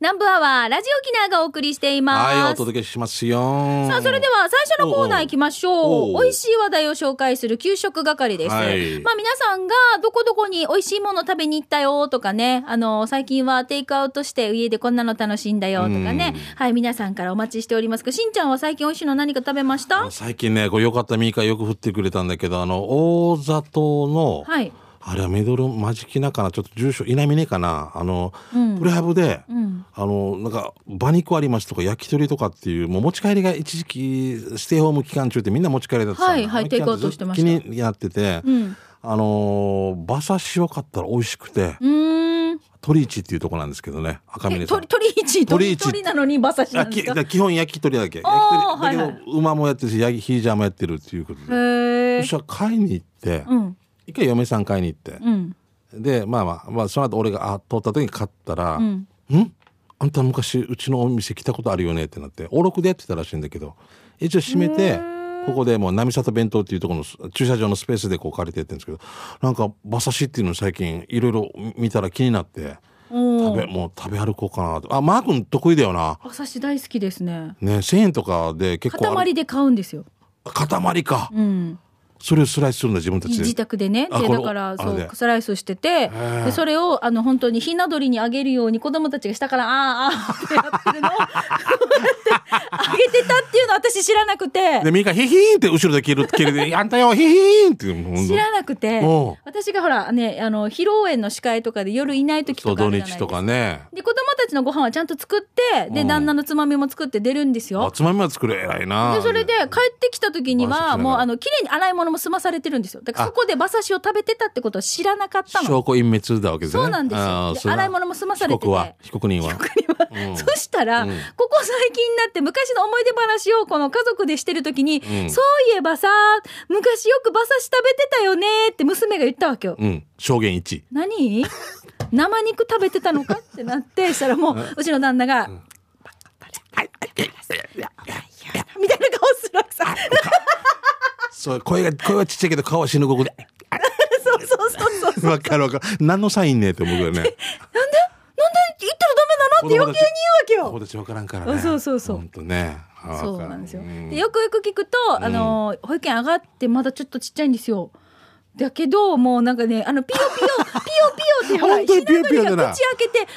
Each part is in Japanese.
南部アワーラジオキナーがお送りしています。はい、お届けしますよ。さあ、それでは最初のコーナー行きましょおうう。おう美味しい話題を紹介する給食係です。はいまあ皆さんがどこどこに美味しいもの食べに行ったよとかね、あの、最近はテイクアウトして家でこんなの楽しいんだよとかね、はい、皆さんからお待ちしておりますけど、しんちゃんは最近美味しいの何か食べました最近ね、こうよかったミーカよく振ってくれたんだけど、あの、大里の、はい。あれはミドルマジキナかな、ちょっと住所、稲峰かな、あの、うんプレハブで、うん。あの、なんか、馬肉ありますとか、焼き鳥とかっていう、もう持ち帰りが一時期、ステイホーム期間中ってみんな持ち帰りだったのはいはいあのテ期間イクアウトしてましずたっと気になってて、うん。あのー、馬刺しを買ったら美味しくて、うーん。鳥市っていうとこなんですけどね、赤え峰さん鳥、。鳥市、鳥鳥市鳥なのに馬刺しなあんできすかだから基本焼き鳥だけ。焼あーき鳥だはけど、いは馬もやってるし、ヤギヒージャーもやってるっていうことで。へそえし。たら買いに行って、うん。一回嫁さん買いに行って、うん。で、まあまあ、まあ、その後俺があ通った時に買ったら、、うんん。あんた昔うちのお店来たことあるよねってなって、おろくでやってたらしいんだけど、一応閉めて、ここでもう波里弁当っていうところのす駐車場のスペースでこう借りてやってるんですけど、なんか馬刺しっていうの最近いろいろ見たら気になって、お食ーべ、もう食べ歩こうかなと。あ、マー君得意だよな。馬刺し大好きですね。ね、1000円とかで結構ある。塊で買うんですよ。塊か。うん。それをスライスするんだ、自分たち自で。宅でね。あで、これだから、そあれう、でスライスしてて、で、それを、あの、本当にひな鳥にあげるように子供たちが下から、あーあーってやってるのを、 こうやってあげてたっていうの私知らなくてで、、ミカヒヒーンって後ろで蹴る、蹴るで、あんたよ、ヒヒーンって言う。ほんと知らなくておう、私がほら、ね、あの、披露宴の司会とかで夜いない時そとうかあるじ土ゃない日ですとか。かね。で、子供たちのご飯はちゃんと作って、で、うん旦那のつまみも作って出るんですよあ。つまみは作れ、偉いな。でそれで帰ってきた時に晩酌しながはらもうあの綺麗に洗い物も済まされてるんですよだからあそこで馬刺しを食べてたってことを知らなかったの証拠隠滅だわけですね。そうなんですよあーでそれは洗い物も済まされてて被告は、被告人は。うんそしたら、うんここ最近になって昔の思い出話をこの家族でしてる時に、んそういえばさ昔よく馬刺し食べてたよねって娘が言ったわけよ、うん。証言1。何生肉食べてたのかってな ってしたらもううちの旦那が、みたいな顔するわけさそう、声が、声はちっちゃいけど、顔は死ぬここで。 そうそうそうそうわかるわかる。何のサインねって思うよね。なんで言ったらダメなのって余計に言うわけ子よ。たちわからんからね。そうそうそうほんとね。あーそうなんですよわかるう。でよくよく聞くと、あのー保育園上がってまだちょっとちっちゃいんですよ。だけどもうなんかねあのピヨピヨ ピヨピヨってほら本当にピヨピヨだひな鳥なが口開けてあーあ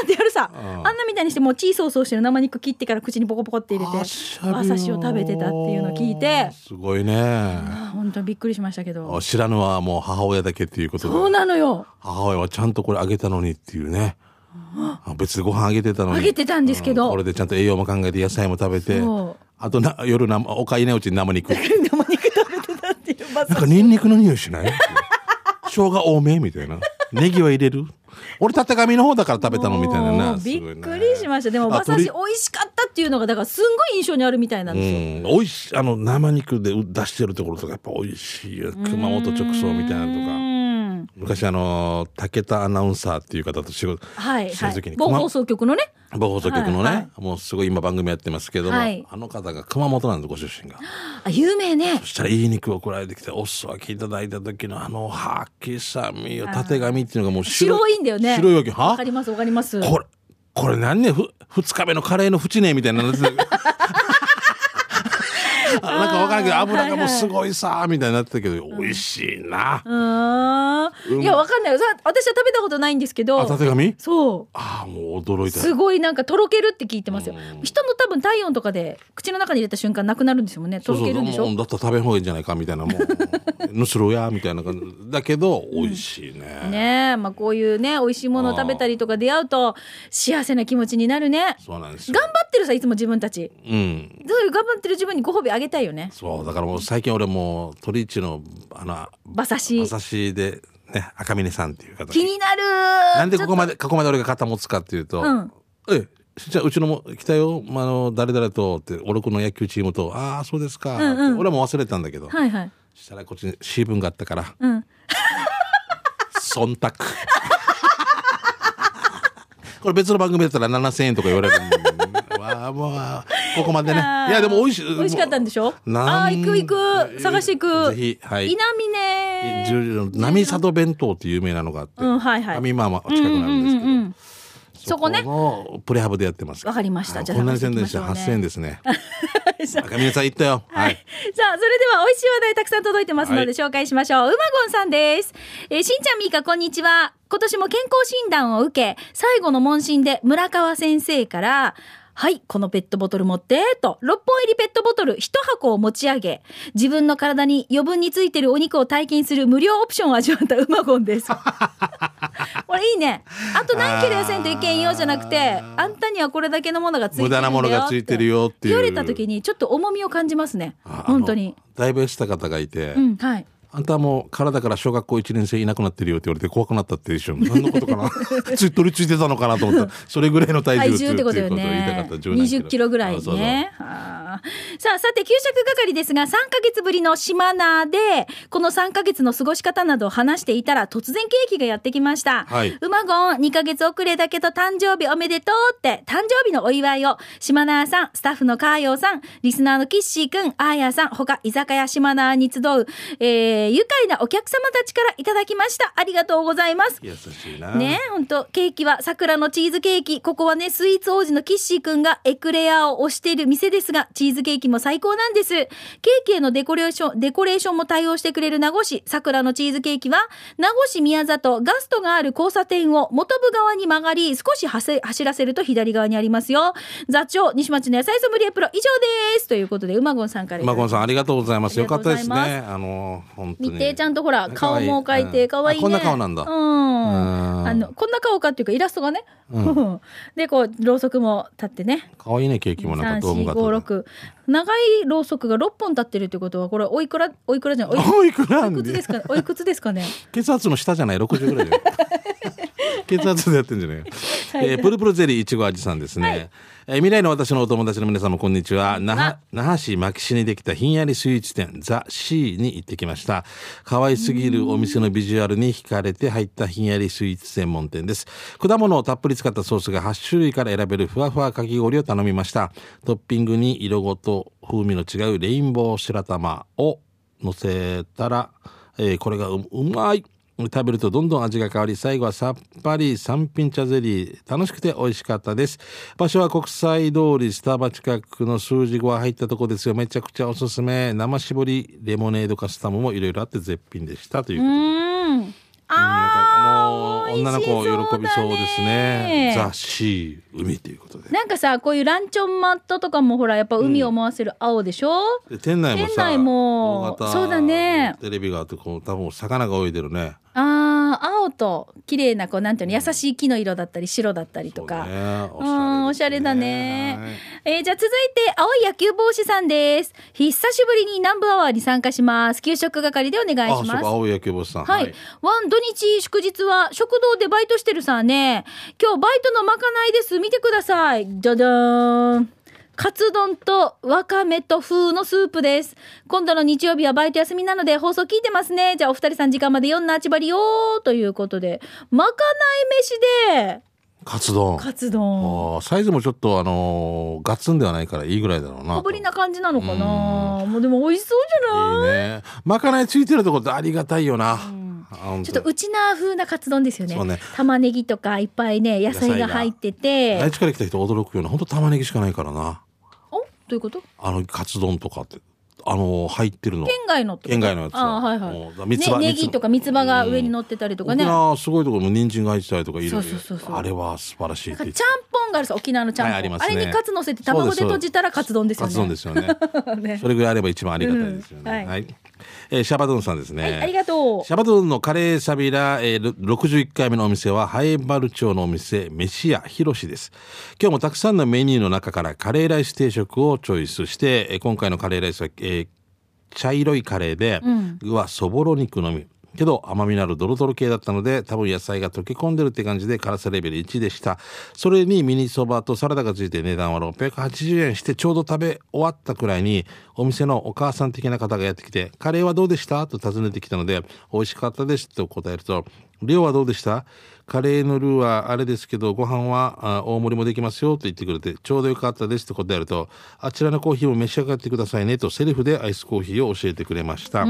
ーってやるさああんなみたいにしてもうチーソーソーしてる生肉切ってから口にポコポコって入れてはしゃぐよ馬刺しを食べてたっていうのを聞いてすごいね。あー本当にびっくりしましたけどあ知らぬはもう母親だけっていうことそうでなのよ母親はちゃんとこれあげたのにっていうねあ別でご飯あげてたのにあげてたんですけどうこれでちゃんと栄養も考えて野菜も食べてそうあとな夜なおかいないうちに生 肉な生肉食べてたっていう馬んか刺しニンニクの匂いしない生姜多めみたいなネギは入れる俺たてがみの方だから食べたのみたいなもなうすびごいっねくりしましたでも馬あ刺し鳥美味しかったっていうのがだからすんごい印象にあるみたいなんうですよ、ん、美味しいあの生肉で出してるところとかやっぱ美味しいよ熊本直送みたいなのとかうん昔あの竹田アナウンサーっていう方と仕事はいしてはる時いに某熊放送局のね某放送局のね、はいはもうすごい今番組やってますけども、はいあの方が熊本なんでご出身があ有名ねそしたらいい肉を送られてきてお裾分けいただいた時のあのはきさみよたてがみっていうのがもう白いんだよね白いわけはわかりますわかりますこれこれ何ねふ2日目のカレーの縁ねみ たいなのなんかわからんけど油がもうすごいさみたいになってたけど、美味しいな、うーんいやわかんないさ私は食べたことないんですけあたどてがみそああもう驚いうたすごいなんかとろけるって聞いてますよ人の多分体温とかで口の中に入れた瞬間なくなるんですよねとろけるんでしょそうそうもうだったら食べん方がいいんじゃないかみたいなもうぬすろうやみたいな感じだけど美味しいね,、ねえまあこういうね美味しいものを食べたりとか出会うと幸せな気持ちになるねそうなんですよ頑張ってるさいつも自分たちうんそういう頑張ってる自分にご褒美あげたいよねそうだからもう最近俺もう鳥市のあの馬刺し馬刺しでね赤峰さんっていう方気になるなんでここまでここまで俺が肩持つかっていうと、うんえじゃあうちのも来たよ、まあ、あの誰々とって俺この野球チームとああそうですか、んうん俺はもう忘れたんだけど、はいはいしたらこっちに新聞があったからうん忖度 これ別の番組だったら7000円とか言われる わあもうここまでねいあーやでも美味しい美味しかったんでしょなんあー行く行く探していくぜひはい稲峰じゅ波里弁当っていう有名なのがあって、うんはいはいファミマも近くなるんですけど、うんうんうんうんそこねのプレハブでやってますわかりましたはいじゃあこんなに宣伝して探し8000てい円きです ねさあ赤嶺さん行ったよはい。さあ、それでは美味しい話題たくさん届いてますのはでい紹介しましょう。うまごんさんです。えーしんちゃんみーか、こんにちは。今年も健康診断を受け、最後の問診で村川先生から、はい、このペットボトル持って、と、6本入りペットボトル1箱を持ち上げ、自分の体に余分についてるお肉を体験する無料オプションを味わったうまごん です。これいいね。あと何キロ痩せんといけんよじゃなくて、あーあんたにはこれだけのものがついてる無んだよ駄って。なものがついてるよっていう言われた時にちょっと重みを感じますねあ本当にあのだいぶ痩せた方がいて、うんはいあんたはもう体から小学校1年生いなくなってるよって言われて怖くなったって一緒何のことか なつい取り付いてたのかなと思ったそれぐらいの体体重重ってことよっていうことを言いたねかった10 20キロぐらいそうそうそうねあーさあさて給食係ですが3ヶ月ぶりの島名でこの3ヶ月の過ごし方などを話していたら突然ケーキがやってきました、はいうまごん2ヶ月遅れだけど誕生日おめでとうって誕生日のお祝いを島名さんスタッフのカーヨーさんリスナーのキッシーくんあーやさん他居酒屋島名に集う、えー愉快なお客様たちからいただきましたありがとうございます優しいなねえ、本当ケーキは桜のチーズケーキ。ここはね、スイーツ王子のキッシーくんがエクレアを推している店ですが、チーズケーキも最高なんです。ケーキへのデコレーション、デコレーションも対応してくれる名護市、桜のチーズケーキは、名護市宮里、ガストがある交差点を元部側に曲がり、少しはせ走らせると左側にありますよ。座長、西町の野菜ソムリエプロ、以上です。ということで、うまごんさんからいただきマまコしンさんありがとうございますあよりがかとっうござたでいすますねあの本当に見てちゃんとほら可顔愛いも描いてうん可愛いね。あこんな顔なんだうん。んあのこんな顔かっていうかイラストがね。 でこうろうそくも立ってね。可愛いねケーキもな三んかドー四ム型五六長いろうそくが六本立ってるってことはこれおいくらおいくらじゃないおいおいくらおいくつですかおいくつですかね。血圧の下じゃない60ぐらいだよ血圧でやってんじゃないよ、えープルプルゼリーいちご味さんですね、えー未来の私のお友達の皆様こんにちは那覇那覇市牧師にできたひんやりスイーツ店ザ・シーに行ってきました可愛すぎるお店のビジュアルに惹かれて入ったひんやりスイーツ専門店です果物をたっぷり使ったソースが8種類から選べるふわふわかき氷を頼みましたトッピングに色ごと風味の違うレインボー白玉を乗せたら、えーこれがううまい食べるとどんどん味が変わり最後はさっぱり三品茶ゼリー楽しくて美味しかったです場所は国際通りスタバ近くの数字5は入ったとこですよめちゃくちゃおすすめ生搾りレモネードカスタムもいろいろあって絶品でしたとい ううことでーん。なあんかあもう女の子喜びそうですねザ・シー海ということでなんかさこういうランチョンマットとかもほらやっぱ海を回せる青でしょ。で店内もさ店内も大型そうだねテレビがあってこう多分魚が泳いでるねああ青と綺麗なこうなんていうの優しい木の色だったり白だったりとか、そうねうんおしゃれだおしゃれですねね。えーじゃあ続いて青い野球帽子さんです。久しぶりに南部アワーに参加します。給食係でお願いしあ、そうますか、。青い野球帽子さん。はい、ワン土日祝日は食堂でバイトしてるさね今日バイトのまかないです見てくださいじゃじゃーんカツ丼とわかめと風のスープです今度の日曜日はバイト休みなので放送聞いてますねじゃあお二人さん時間まで4なあちばりよーということでまかない飯でカツ丼。カツ丼あーサイズもちょっとあのーガッツンではないからいいぐらいだろうな。小ぶりな感じなのかなもうでも美味しそうじゃないいいね。まかないついてるとこってありがたいよな。あちょっと。うちな風なカツ丼ですよねそうね玉ねぎとかいっぱいね野菜野菜がが入ってて内地から来た人驚くような、本当玉ねぎしかないからな。おどういうことあのカツ丼とかって、あのー入ってるの。県外のってこと県外のやつあーはいはいもうね三つ葉ネ三つギとか三つ葉が上に乗ってたりとかね、沖なんか縄すごいところも人参が入ってたりとかいろいそうそうそうそうろ。あれは素晴らしいっちゃてん言って。ぽんがあるさ沖縄のちゃんぽん、はいありますあねれにカツ乗せて卵で閉じたらカツ丼ですよカねツ丼ですよね。 ねそれぐらいあれば一番ありがたいですよね。うんははいい、えーシャバドゥンさんですね。はいありがとシャバドゥンのカレーサビラ、えー、ろ61回目のお店は、ハエバル町のお店、飯屋ひろしです。今日もたくさんのメニューの中からカレーライス定食をチョイスして、えー今回のカレーライスは、えー茶色いカレーで、具はそぼろ肉のみ。けど甘みのあるドロドロ系だったので多分野菜が溶け込んでるって感じで辛さレベル1でしたそれにミニそばとサラダがついて値段は680円してちょうど食べ終わったくらいにお店のお母さん的な方がやってきて「カレーはどうでした?」と尋ねてきたので「美味しかったです」と答えると量はどうでしたカレーのルーはあれですけど、ご飯はあ大盛りもできますよと言ってくれて、ちょうどよかったですって答えると、あちらのコーヒーも召し上がってくださいねとセリフでアイスコーヒーを教えてくれました。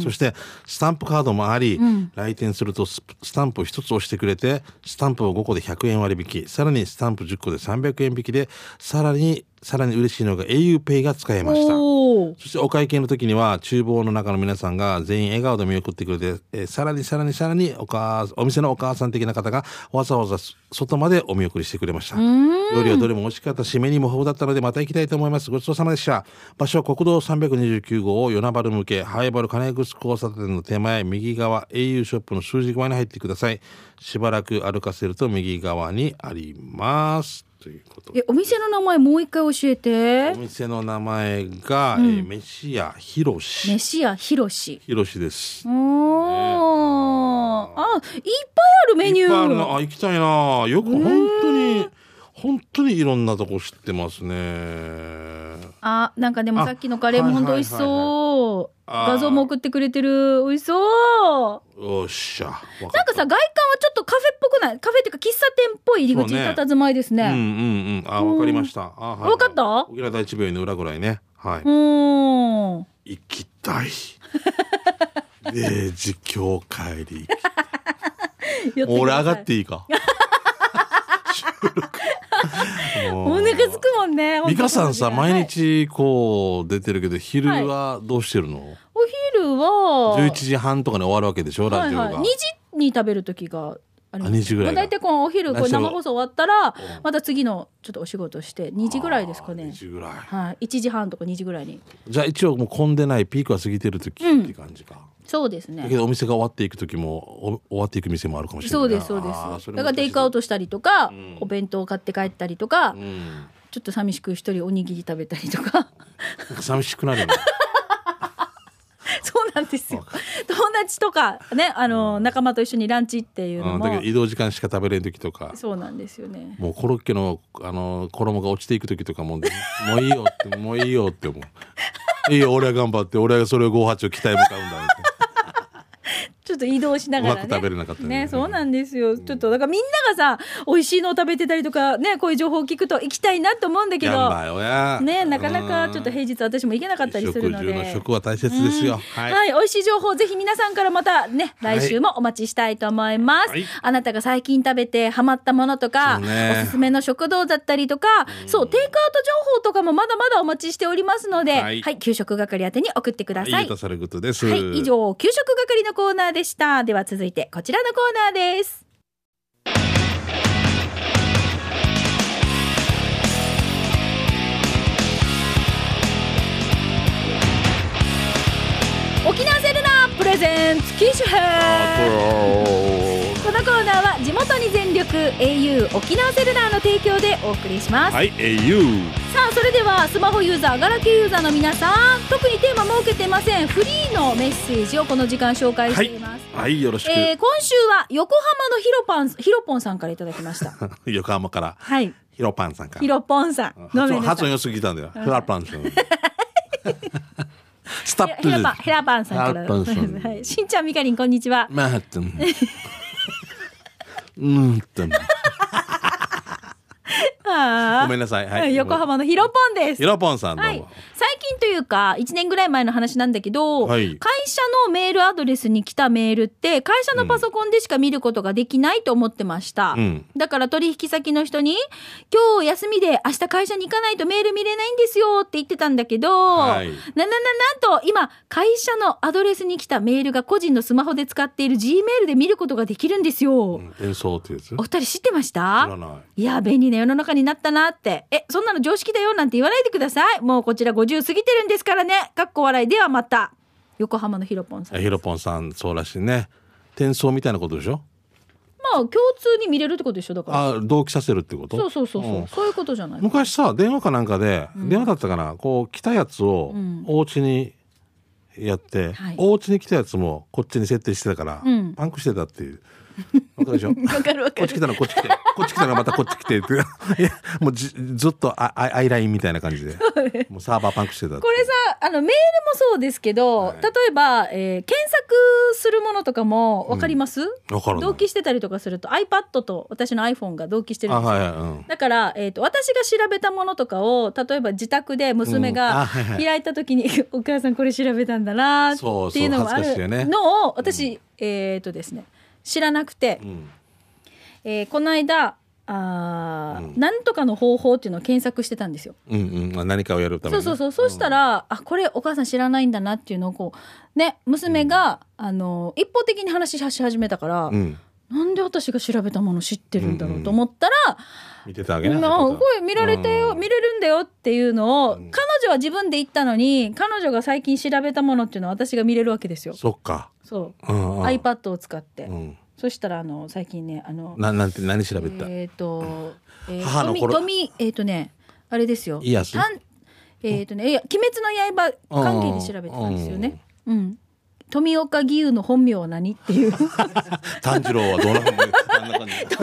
そして、スタンプカードもあり、来店するとススタンプを1つ押してくれて、スタンプを5個で100円割引、さらにスタンプ10個で300円引きで、さらに、さらに嬉しいのが auPay が使えました。おーそしてお会計の時には厨房の中の皆さんが全員笑顔で見送ってくれて、えーさらにさらにさらにお母お店のお母さん的な方がわざわざす外までお見送りしてくれました料理はどれも美味しかったしメニューも豊富だったのでまた行きたいと思いますごちそうさまでした場所は国道329号を与那原向けハイバル金城交差点の手前右側 au ショップの数字側に入ってくださいしばらく歩かせると右側にありますということでえ、お店の名前もう一回教えてお。店の名前が、えー飯屋ひろし飯屋ひろし。ひろしです。おー。あ、いっぱいあるメニュいっぱいあるー。なあ行きたいな。よく本当に本当にいろんなとこ知ってますね。あ、なんかでもあさっきのカレーも本当美味しそう。はいはいはいはいあー画像も送ってくれてる。美味しそう。よっしゃ。わなかんかったさ、外観はちょっとカフェっぽくないカフェっていうか喫茶店っぽい入り口そうねに佇まいですうんね。うんうん。あわかりました。あはいはいわかった沖縄第一病院の裏ぐらいね。はうい。ーん。行きた い。で実況帰り。寄俺上がっください。ていいか。収録。おもう腹すくもんね。美香さんさ本当に毎。日こう出てるけど昼はどうしてるの？お昼は。 11時半とかに終わるわけでしょラジオが。はいはい、2時に食べる時がありますあ2時ぐらいがまあ、大体このお昼こラうジオ生放送終わったらまた次のちょっとお仕事して2時ぐらいですかあー2ね時ぐらい。はい、1時半とか2時ぐらいにじゃあ一応もう混んでないピークは過ぎてる時って感じか。そうですだねけどお店が終わっていく時もお終わっていく店もあるかもしれないな。そうですそうであーすそれだもからテイクアウトしたりとか、んお弁当を買って帰ったりとか、うん。ちょっと寂しく一人おにぎり食べたりとか なんか寂しくなるよね。そうなんですよ友達とかねあの仲間と一緒にランチっていううのん。だけもど移動時間しか食べれん時とか。そうなんですよねもうコロッケのあの衣が落ちていく時とかもう もういいよってもういいよって思う。いいよ俺は頑張って俺はそれを58を期待向かうんだって。ちょっと移動しながらね。うまく食べれなかったねね。そうなんですよ。ちょっと、だからみんながさ、美味しいのを食べてたりとか、ね、こういう情報を聞くと行きたいなと思うんだけやんど、ばい親。ね、なかなかちょっと平日私も行けなかったりするの食住ので。食は大切ですよ。は、はいい。美味しい情報ぜひ皆さんからまたね、はい来週もお待ちしたいと思います。はいあなたが最近食べてハマったものとか、そうねおすすめの食堂だったりとか、そう、テイクアウト情報とかもまだまだお待ちしておりますので、は、はいい給食係宛てに送ってくださはいいい。とされることです。はい、以上、給食係のコーナーでした。では続いて、こちらのコーナーです。沖縄セルナープレゼンツ機種編このコーナーは地元に全力 au 沖縄セルナーの提供でお送りします。はい、au。さあそれではスマホユーザーガラケーユーザーの皆さん特にテーマ設けてませんフリーのメッセージをこの時間紹介しています、はい、よろしく。えー今週は横浜のヒロパンヒロポンさんからいただきました 横浜から、はいヒロパンさんから。ヒロポンさん発ごめ音んな発さ音い良すぎたんだよ。ヒロパンさん。 スタッヒプロパンヒロパンさんからヒロパンさんはい、しんちゃんみかりんこんにちはマハッ トン。うんと。あごめんなさい。ーはい。横浜のヒロポンですヒロパンさん、どはういも。、最近というか1年ぐらい前の話なんだけど、はい会社のメールアドレスに来たメールって会社のパソコンでしか見ることができないと思ってました、うんだから取引先の人に「今日休みで明日会社に行かないとメール見れないんですよ」って言ってたんだけど、はいななななんと今会社のアドレスに来たメールが個人のスマホで使っている G メールで見ることができるんですよ、うん演奏ってやつ。知お二人知ってましたらない。いや、便利な世の中になったなって。え、そんなの常識だよなんて言わないでください。もうこちら50過ぎてるんですからね。かっこ笑いではまた。横浜のヒロポンさん。まヒロポンさん、そうらしいね。転送みたいなことでしょあ、共通に見れるってことでしょだから。あ、同期させるってことそうそうそうそう。んそういうことじゃない。昔さ電話かなんかで、電話だったかなこう来たやつをお家にやって、はいお家に来たやつもこっちに設定してたから、うんパンクしてたっていうわかるでしょ わかるわこかっち来る。たらこっち来て、こっち来たらまたこっち来てっ て。いや、もうじずっとああアイラインみたいな感じで。もうサーバーパンクしてたって。これさ、あの、メールもそうですけど、はい例えば、えー検索するものとかも、わかります、わからない同期してたりとかすると、iPad と私の iPhone が同期してるんあ、ですよ。はいはい、うん。だから、えー、と私が調べたものとかを例えば自宅で娘うんがあはいはい開いた時に「 お母さんこれ調べたんだな」ってそうそういうのがあ恥ずかしいよねるのを私、えっ、とですね知らなくて、うん。えーこの間あー、うんなんとかの方法っていうのを検索してたんですよ。うんうん。まあ何かをやるためそうにね。そうそうそうしたら、あこれお母さん知らないんだなっていうのをこうね娘が、あの一方的に話し始めたから、うん。なんで私が調べたもの知ってるんだろうと思ったら、見てたわけね。今あなた声見られたよ、うん見れるんだよっていうのを、ん彼女は自分で言ったのに彼女が最近調べたものっていうのは私が見れるわけですよそっか。そううん、うん。 iPad を使って、うん。そしたらあの最近ねあのな、なんて、何調べた、えっ、と、えー、母の富頃富えっ、とねあれですよ家康たんえっ、とねいや「鬼滅の刃」関係で調べてたんですよねうん富岡義勇の本名は何って いう富岡炭治郎はどうなるの あんな感じ。義勇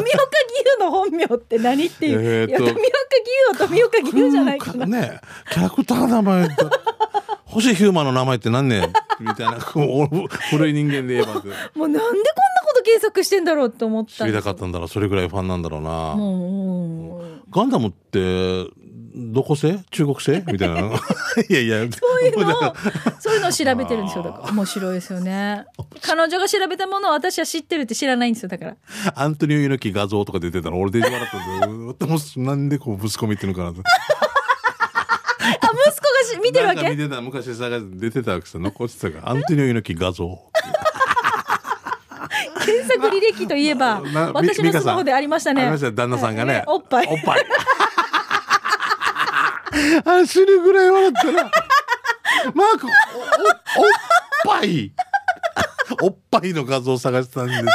の本名って何っていう、えーいとや富岡義勇は富岡義勇じゃないかなねキャラクターの名前だ 星ヒューマンの名前って何ねみたいなこう古い人間で言え ばってもうなんでこんなこと検索してんだろうと思った知んりでたすかよったんだろうそれぐらいファンなんだろうな、もううんガンダムってどこ製中国製みた いないやいやそういうのをそういうのを調べてるんですよだから面白いですよね彼女が調べたものを私は知ってるって知らないんですよだから アントニオ猪木画像とか出てたら俺デジ笑ったんだよでもなんでこう息子見てるのかなとあ息子がし見てるわなんけか見てた昔さ出てたわけさ残ってたからアントニオ猪木画像検索履歴といえばなみ私のスマホでありましたねありました旦那さんがね、はいおっぱいおっぱい あ死ぬぐらい笑ったなマークおおおっぱいおっぱいの画像を探してたんです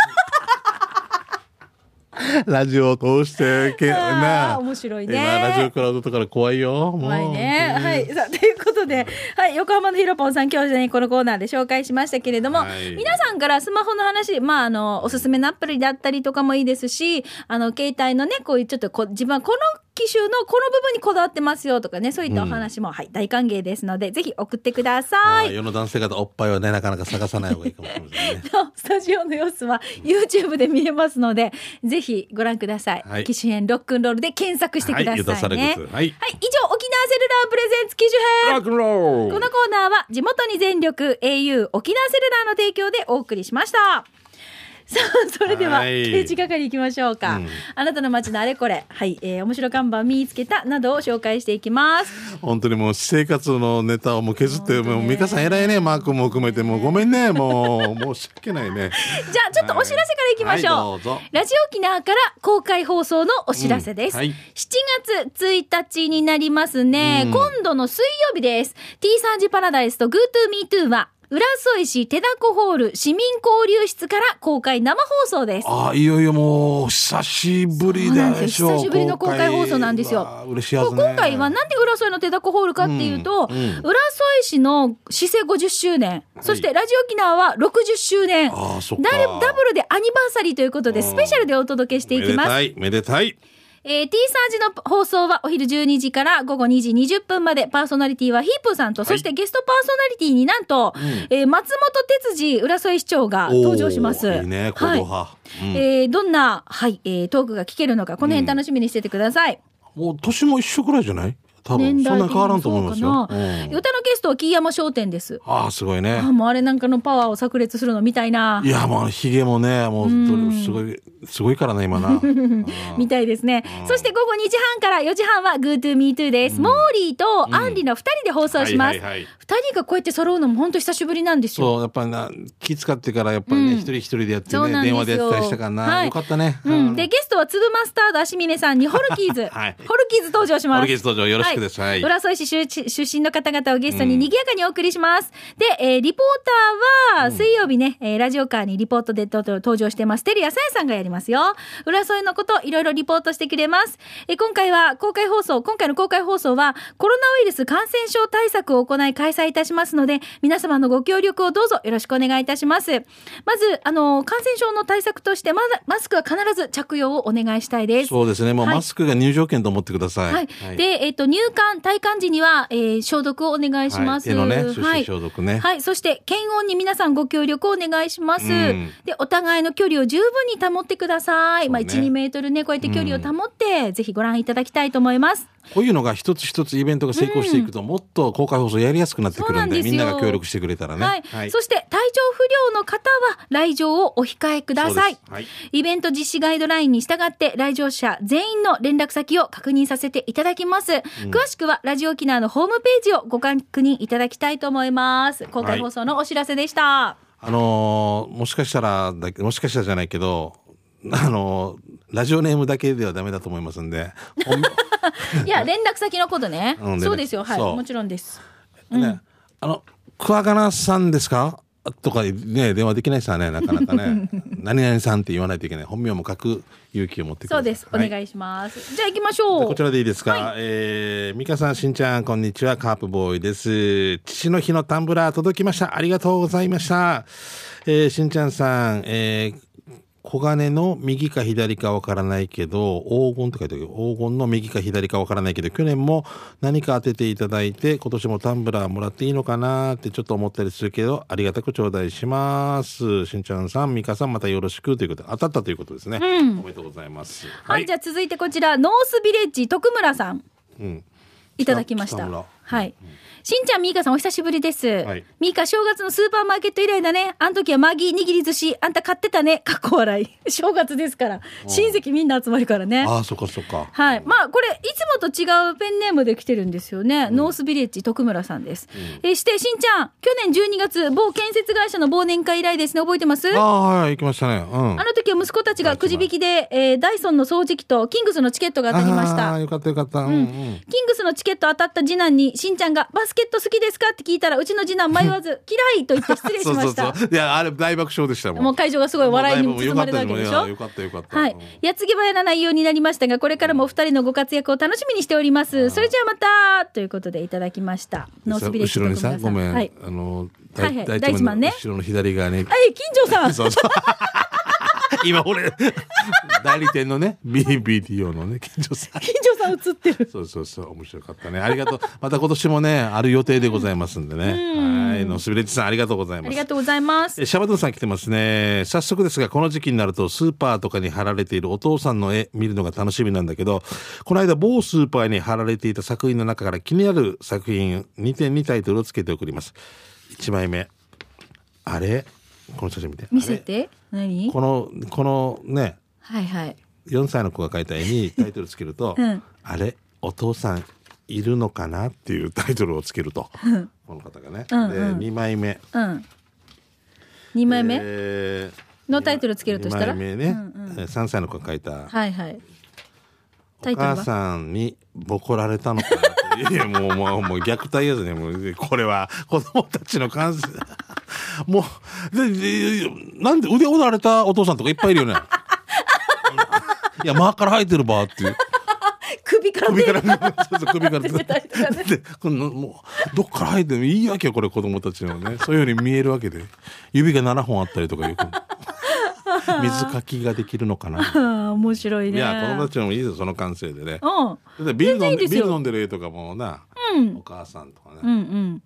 ラジオを通してけあーな面白い今ラジオねクラウドとかで怖いよもう怖いね。はい。さあ、ということで、はい、横浜のヒロポンさん、今日ね、このコーナーで紹介しましたけれども、はい皆さんからスマホの話、まあ、あの、おすすめのアプリだったりとかもいいですし、あの、携帯のね、こういうちょっとこ、自分はこの機種のこの部分にこだわってますよとかね、そういったお話も、はい、大歓迎ですので、ぜひ送ってくださはいい。世の男性方おっぱいはねなかなか探さない方がいいかもしれませんねと スタジオの様子は YouTube で見れますので、ぜひご覧ください。はい機種編ロックンロールで検索してくださいね。はい、ゆたされはい、以グ上、沖ッズは縄いセルラープレゼンツ機種編 ロックンロールこのコーナーは地元に全力 au 沖縄セルラーの提供でお送りしました。 さあ、それでは、はい刑事係行きましょうか。うんあなたの街のあれこれ、はい、えー、面白看板見つけたなどを紹介していき ます。本当にもう私生活のネタをもう削って、本当ねもう美香さん偉いね、マー君も含めて、もうごめんね、もう申し訳ないね。じゃあ、ちょっとお知らせからいきましょう。はいどうぞラジオ沖縄から公開放送のお知らせです。うんはい7月1日になりますね。うん今度の水曜日です。T サージパラダイスと GoToMeToo は、浦添市手だこホール市民交流室から公開生放送です。ああ、いよいよもう、久しぶりでしょそうなんですよ久しぶりの公開放送なんですよわあ嬉しいやそつうね。今回はなんで浦添の手だこホールかっていうと、うんうん浦添市の市政50周年、そしてラジオ沖縄は60周年、ああ、そっか。ダルダブルでアニバーサリーということで、うんスペシャルでお届けしていきます。めでたい、めでえー、T サージの放送はお昼12時から午後2時20分まで、パーソナリティはヒープーさんと、はいそしてゲストパーソナリティになんと、えー松本哲司浦添市長がたい。登場します。おーいいね、行動はい派。うんえーどんな、はいえートークが聞けるのか、この辺楽しみにしててください。もう年も一緒くらいじゃない多分、そんな変わらんと思いますよ。うん歌のゲストは木山商店です。ああ、すごいね、あ。もうあれなんかのパワーを炸裂するのみたいないや、もう、ヒゲもね、もう、すごい、すごいからね、今な。みたいですね。そして午後2時半から4時半は GoToMeToo です。モーリーとアンリの2人で放送します。はいはいはい2人がこうやって揃うのも本当久しぶりなんですよ。そう、やっぱりな、気使ってから、やっぱりね、一人一人でやってそうなね、んですよ電話でやってたりしたからはな。いよかったね。うん、でゲストは粒マスタード足峰さんにホルキー ズ、はいホルキーズ登場します。 ホルキーズ登場よろしくですはい浦添市出出身の方々をゲストに賑やかにお送りします。で、えーリポーターは水曜日ね、えーラジオカーにリポートでとと登場してます。テリアサヤさんがやりますよ。浦添のこといろいろリポートしてくれます。えー今回は公開放送、今回の公開放送はコロナウイルス感染症対策を行い開催催いたしますので、皆様のご協力をどうぞよろしくお願いいたします。まず、あの、感染症の対策として、まだ、マスクは必ず着用をお願いしたいです。そうですね。もうはいマスクが入場券と思ってください。はい。で、えっ、と、入館、体感時には、えー消毒をお願いします。手のね、はい手指消毒ね。はい。そして、検温に皆さんご協力をお願いします。うんで、お互いの距離を十分に保ってください。まあ、そう1、ね2メートルね、こうやって距離を保って、ぜひご覧いただきたいと思います。こういうのが一つ一つイベントが成功していくと、もっと公開放送やりやすくなってくそうるなんんで、ですよみんなが協力してくれたらね。はい。そして、体調不良の方は、来場をお控えくださいそう。ですはいイベント実施ガイドラインに従って、来場者全員の連絡先を確認させていただきます。詳しくは、ラジオ沖縄のホームページをご確認いただきたいと思います。公開放送のお知らせでした。 あのーもしかしたらだけ、もしかしたらじゃないけど、あのーラジオネームだけではダメだと思いますんで、ほんいや、連絡先のことね。うんそうですよ。はい。そうもちろんです。ね、あの、クワガナさんですかとかね、電話できないですよね、なかな かね。何々さんって言わないといけない。本名も書く勇気を持ってくだそうさい。です。おはい願いします。じゃあ行きましょう。こちらでいいですか、はえー、美香さん、しんちゃん、こんにちは、カープボーイです。父の日のタンブラー届きました。ありがとうございました。えー、しんちゃんさん、えー、小金の右か左かわからないけど、黄金って書いてあるけど黄金の右か左かわからないけど、去年も何か当てていただいて、今年もタンブラーもらっていいのかなってちょっと思ったりするけど、ありがたく頂戴します。しんちゃんさん、美香さん、またよろしくということで、当たったということですね。おめでとうございます。はい、じゃあ続いてこちら、ノースビレッジ徳村さん。うんいただきまし北た村。はい。しんちゃん、みーかさん、お久しぶりです。はいみーか、正月のスーパーマーケット以来だね。あん時はマギー握り寿司、あんた買ってたね。かっこ笑い。 正月ですから。親戚みんな集まるからね。ああ、そっかそっか。はい。まあ、これ、いつもと違うペンネームで来てるんですよね。ノースビレッジ徳村さんです。えーして、しんちゃん、去年12月、某建設会社の忘年会以来ですね。覚えてますああ、はい、行きましたね。うん。あの時は息子たちがくじ引きで、えーダイソンの掃除機とキングスのチケットが当たりましたああ、。よかったよかった。うんうん。キングスのチケット当たった次男に、しんちゃんがバスケット好きですかって聞いたら、うちの次男迷わず、嫌いと言って失礼しました。 そうそうそう。いや、あれ大爆笑でしたもん。もう会場がすごい笑いに包まれたわけでしょもうだいぶもうよかったよかった。はいうん。やつぎばやらないようになりましたが、これからもお二人のご活躍を楽しみにしております。それじゃあまたということでいただきました。ノースビレッジ後ろにさ、徳村ごめん、はい。あの、はいはい一大地マンね後ろの左側に。はい、金城さん。 そうそう。 今俺、代理店のね、BBTO のね、緊張さん。金城さん映って る。そうそうそう、面白かったね。ありがとう。また今年もね、ある予定でございますんでね。はい。ノースビレッジさん、ありがとうございあまりすが。とうございます。えシャバドゥンさん来てますね。早速ですが、この時期になるとスーパーとかに貼られているお父さんの絵見るのが楽しみなんだけど、この間某スーパーに貼られていた作品の中から気になる作品2点にタイトルをつけて送ります。1枚目。あれこの写真見て。見せあて。れ何この、このね、はいはい。 4歳の子が描いた 絵にタイトルつけると、うんあれお父さんいるのかなっていうタイトルをつけると。この方がね。うんうんで、2枚目。うん。2枚目、えーのタイトルつけるとしたら二枚目ね、えー三歳の子が書いた。はいはい。タおイトルは母さんにボコられたのかなって。いやもう もうもう虐待やつね。もうこれは子供たちの感性。 もうででなんで腕折られたお父さんとかいっぱいいるよね。 いや間から生えてるばっていう首から首手かがら そうそう首から出てたりとかねでこのもうどっから生えてるいいわけよこれ子供たちのねそういうように見えるわけで指が7本あったりと かよく水かきができるのかなああ、 面白いね。いや、子供たちもいいですよ、その感性でね。うん。だってビール飲全然いいんでですビよール飲んでる絵とかもな、お母さんとかね、うんうん。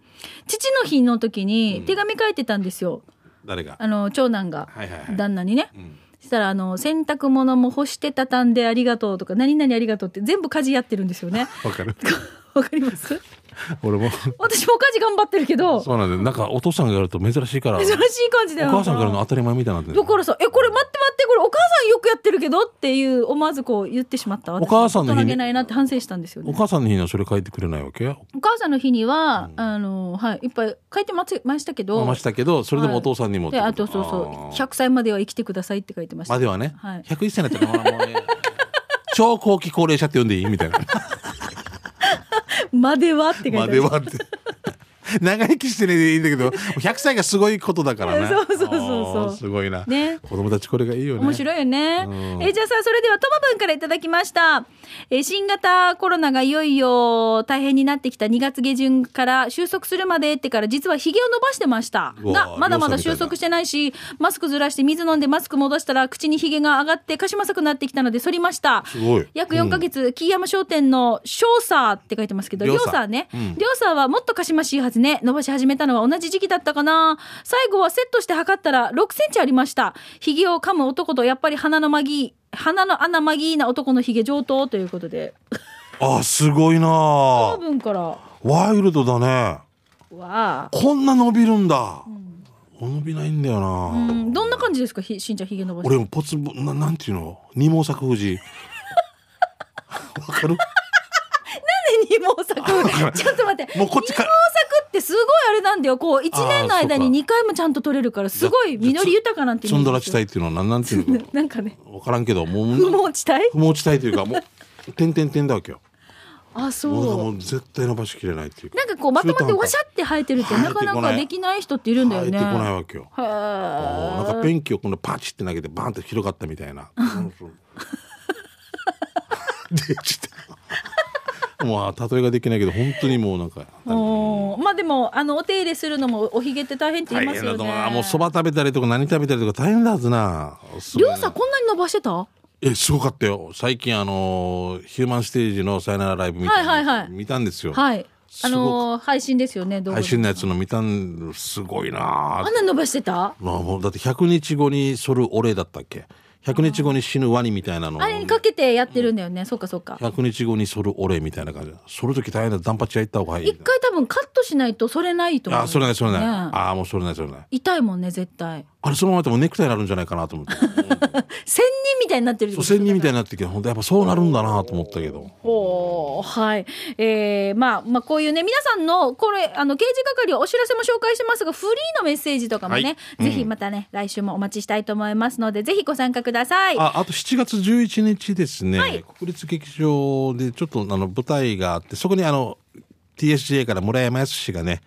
父の日の時に手紙書いてたんですよ。誰が。あの、長男がはいはいはい、旦那にね。そしたら、あの、洗濯物も干して畳んでありがとうとか、何々ありがとうって全部家事やってるんですよ ね。わ かるわかります俺も。私も家事頑張ってるけど、そうなんだよ。なんかお父さんがやると珍しい から、お珍しい感じだよ。母さんからの当たり前みたいになってだる。からさ、え、これ待って待って、これお母さんよくやってるけどっていう、思わずこう言ってしまった。お母さんの日に大人げないなって反省したんですよおね。母さんの日にはそれ書いてくれないわけよ。お母さんの日には、あの、はい、いっぱい書いてまつましたけど、ましたけど、それでもお父さんにもってでこ。あとそうそう100歳までは生きてくださいって書いてました、まではね、はい101歳になったらもう ね超後期高齢者って呼んでいいみたいな。まではって書いてままでしたはって。 長生きしてねでいいんだけど100歳がすごいことだからね そうそうそうそうおーすごいな、ね子供たちこれがいいよね面白いよね。うんえーじゃあさ、それではともぶんからいただきました。えー新型コロナがいよいよ大変になってきた2月下旬から収束するまでってから実はひげを伸ばしてました。うわが、まだまだ収束してないし、マスクずらして水飲んでマスク戻したら口にひげが上がってかしまさくなってきたので剃りました。すごい約4ヶ月、木山商店の「ショーサー」って書いてますけどりりょょううさんさんねりょうさんはもっとかしましいはずね伸ばし始めたのは同じ時期だったかな最後はセットして測ったら6センチありましたひげを噛む男とやっぱり鼻のまぎ鼻の穴まぎーな男のひげ上等ということであーすごいな多あ分からワイルドだねわあこんな伸びるんだ、伸びないんだよな、うんどんな感じですかひしんちゃんひげ伸ばし俺もポツボななんていうの二毛作 富士わかるて二毛 作ちょっと待ってもうこっちか二毛作ってすごいあれなんだよこう1年の間あーそうかに2回もちゃんと取れるから すごい実り豊かなんてイツメージンドラで地すよ帯っていうのは何なんていうのか なんかね分からんけどもう不毛地帯不毛地帯というかもう点々点だわけよあもうだからも そうう絶対伸ばしきれないっていうかなんかこうまとまっ中途半て端わしゃって生えてるって生えなてこかないなかできない人っているんだよ生えねてこないわけよへなんーかペンキをこのパチって投げてバーンと広がったみたいなでちょっともう例えができないけど本当にもうなんかおーまあでもあのお手入れするのもおひげって大変って言い大ま変すだよとね思うあもうそば食べたりとか何食べたりとか大変だはずなすりごょいなうさんこんなに伸ばしてたはえすごかったよ最近あのーヒューマンステージのさよならライブみたいなのはいはいはい見たんですよ、いすあごくのー配信ですよね動画配信のやつの見たんすごいなああんなに伸ばしてたまあもうだって100日後にそるお礼だったっけ100日後に死ぬワニみたいなのあれにかけてやってるんだよねそうかそうか100日後にそるお礼みたいな感じそる時大変だダンパチ屋行った方がいい一回多分カットしないとそれないと思うあそれないそれない、ねあもうそれないそれない痛いもんね絶対あれそのままでもネクタイになるんじゃないかなと思って千人みたいになってるそう仙人みたいになってきて本当やっぱそうなるんだなと思ったけどほうはい。えー、まあ、まあ、こういうね、皆さんの、これ、あの、刑事係をお知らせも紹介してますが、フリーのメッセージとかもね、はぜいひまたね、来週もお待ちしたいと思いますので、ぜひご参加ください。ああと7月11日ですね、はい国立劇場でちょっとあの舞台があってそこにあの TSJ から村山康がね、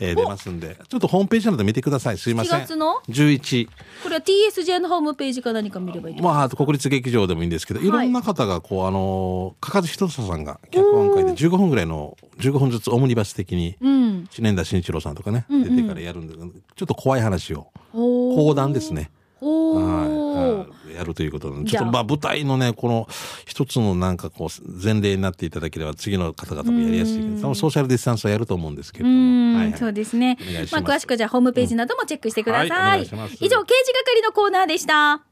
えー出ますんでちょっとホームページなど見てくださいすいませ7ん月の11これは TSJ のホームページか何か見ればいいとまああと国立劇場でもいいんですけどいろんな方がこう、あのかかずひとささんが脚本会で15分ぐらいの15分ずつオムニバス的にうん。知念田慎一郎さんとかね、出てからやるんでちょっと怖い話をほ講談ですね。ほう。はい、やるということなんで、ちじゃょっあとまあ舞台のね、この一つのなんかこう前例になっていただければ次の方々もやりやすいけど、多分ソーシャルディスタンスはやると思うんですけれどうも、んはいはいそうですねお願いし。ますまあ、詳しくはじゃあホームページなどもチェックしてください。うんはいお願いします以上、刑事係のコーナーでした。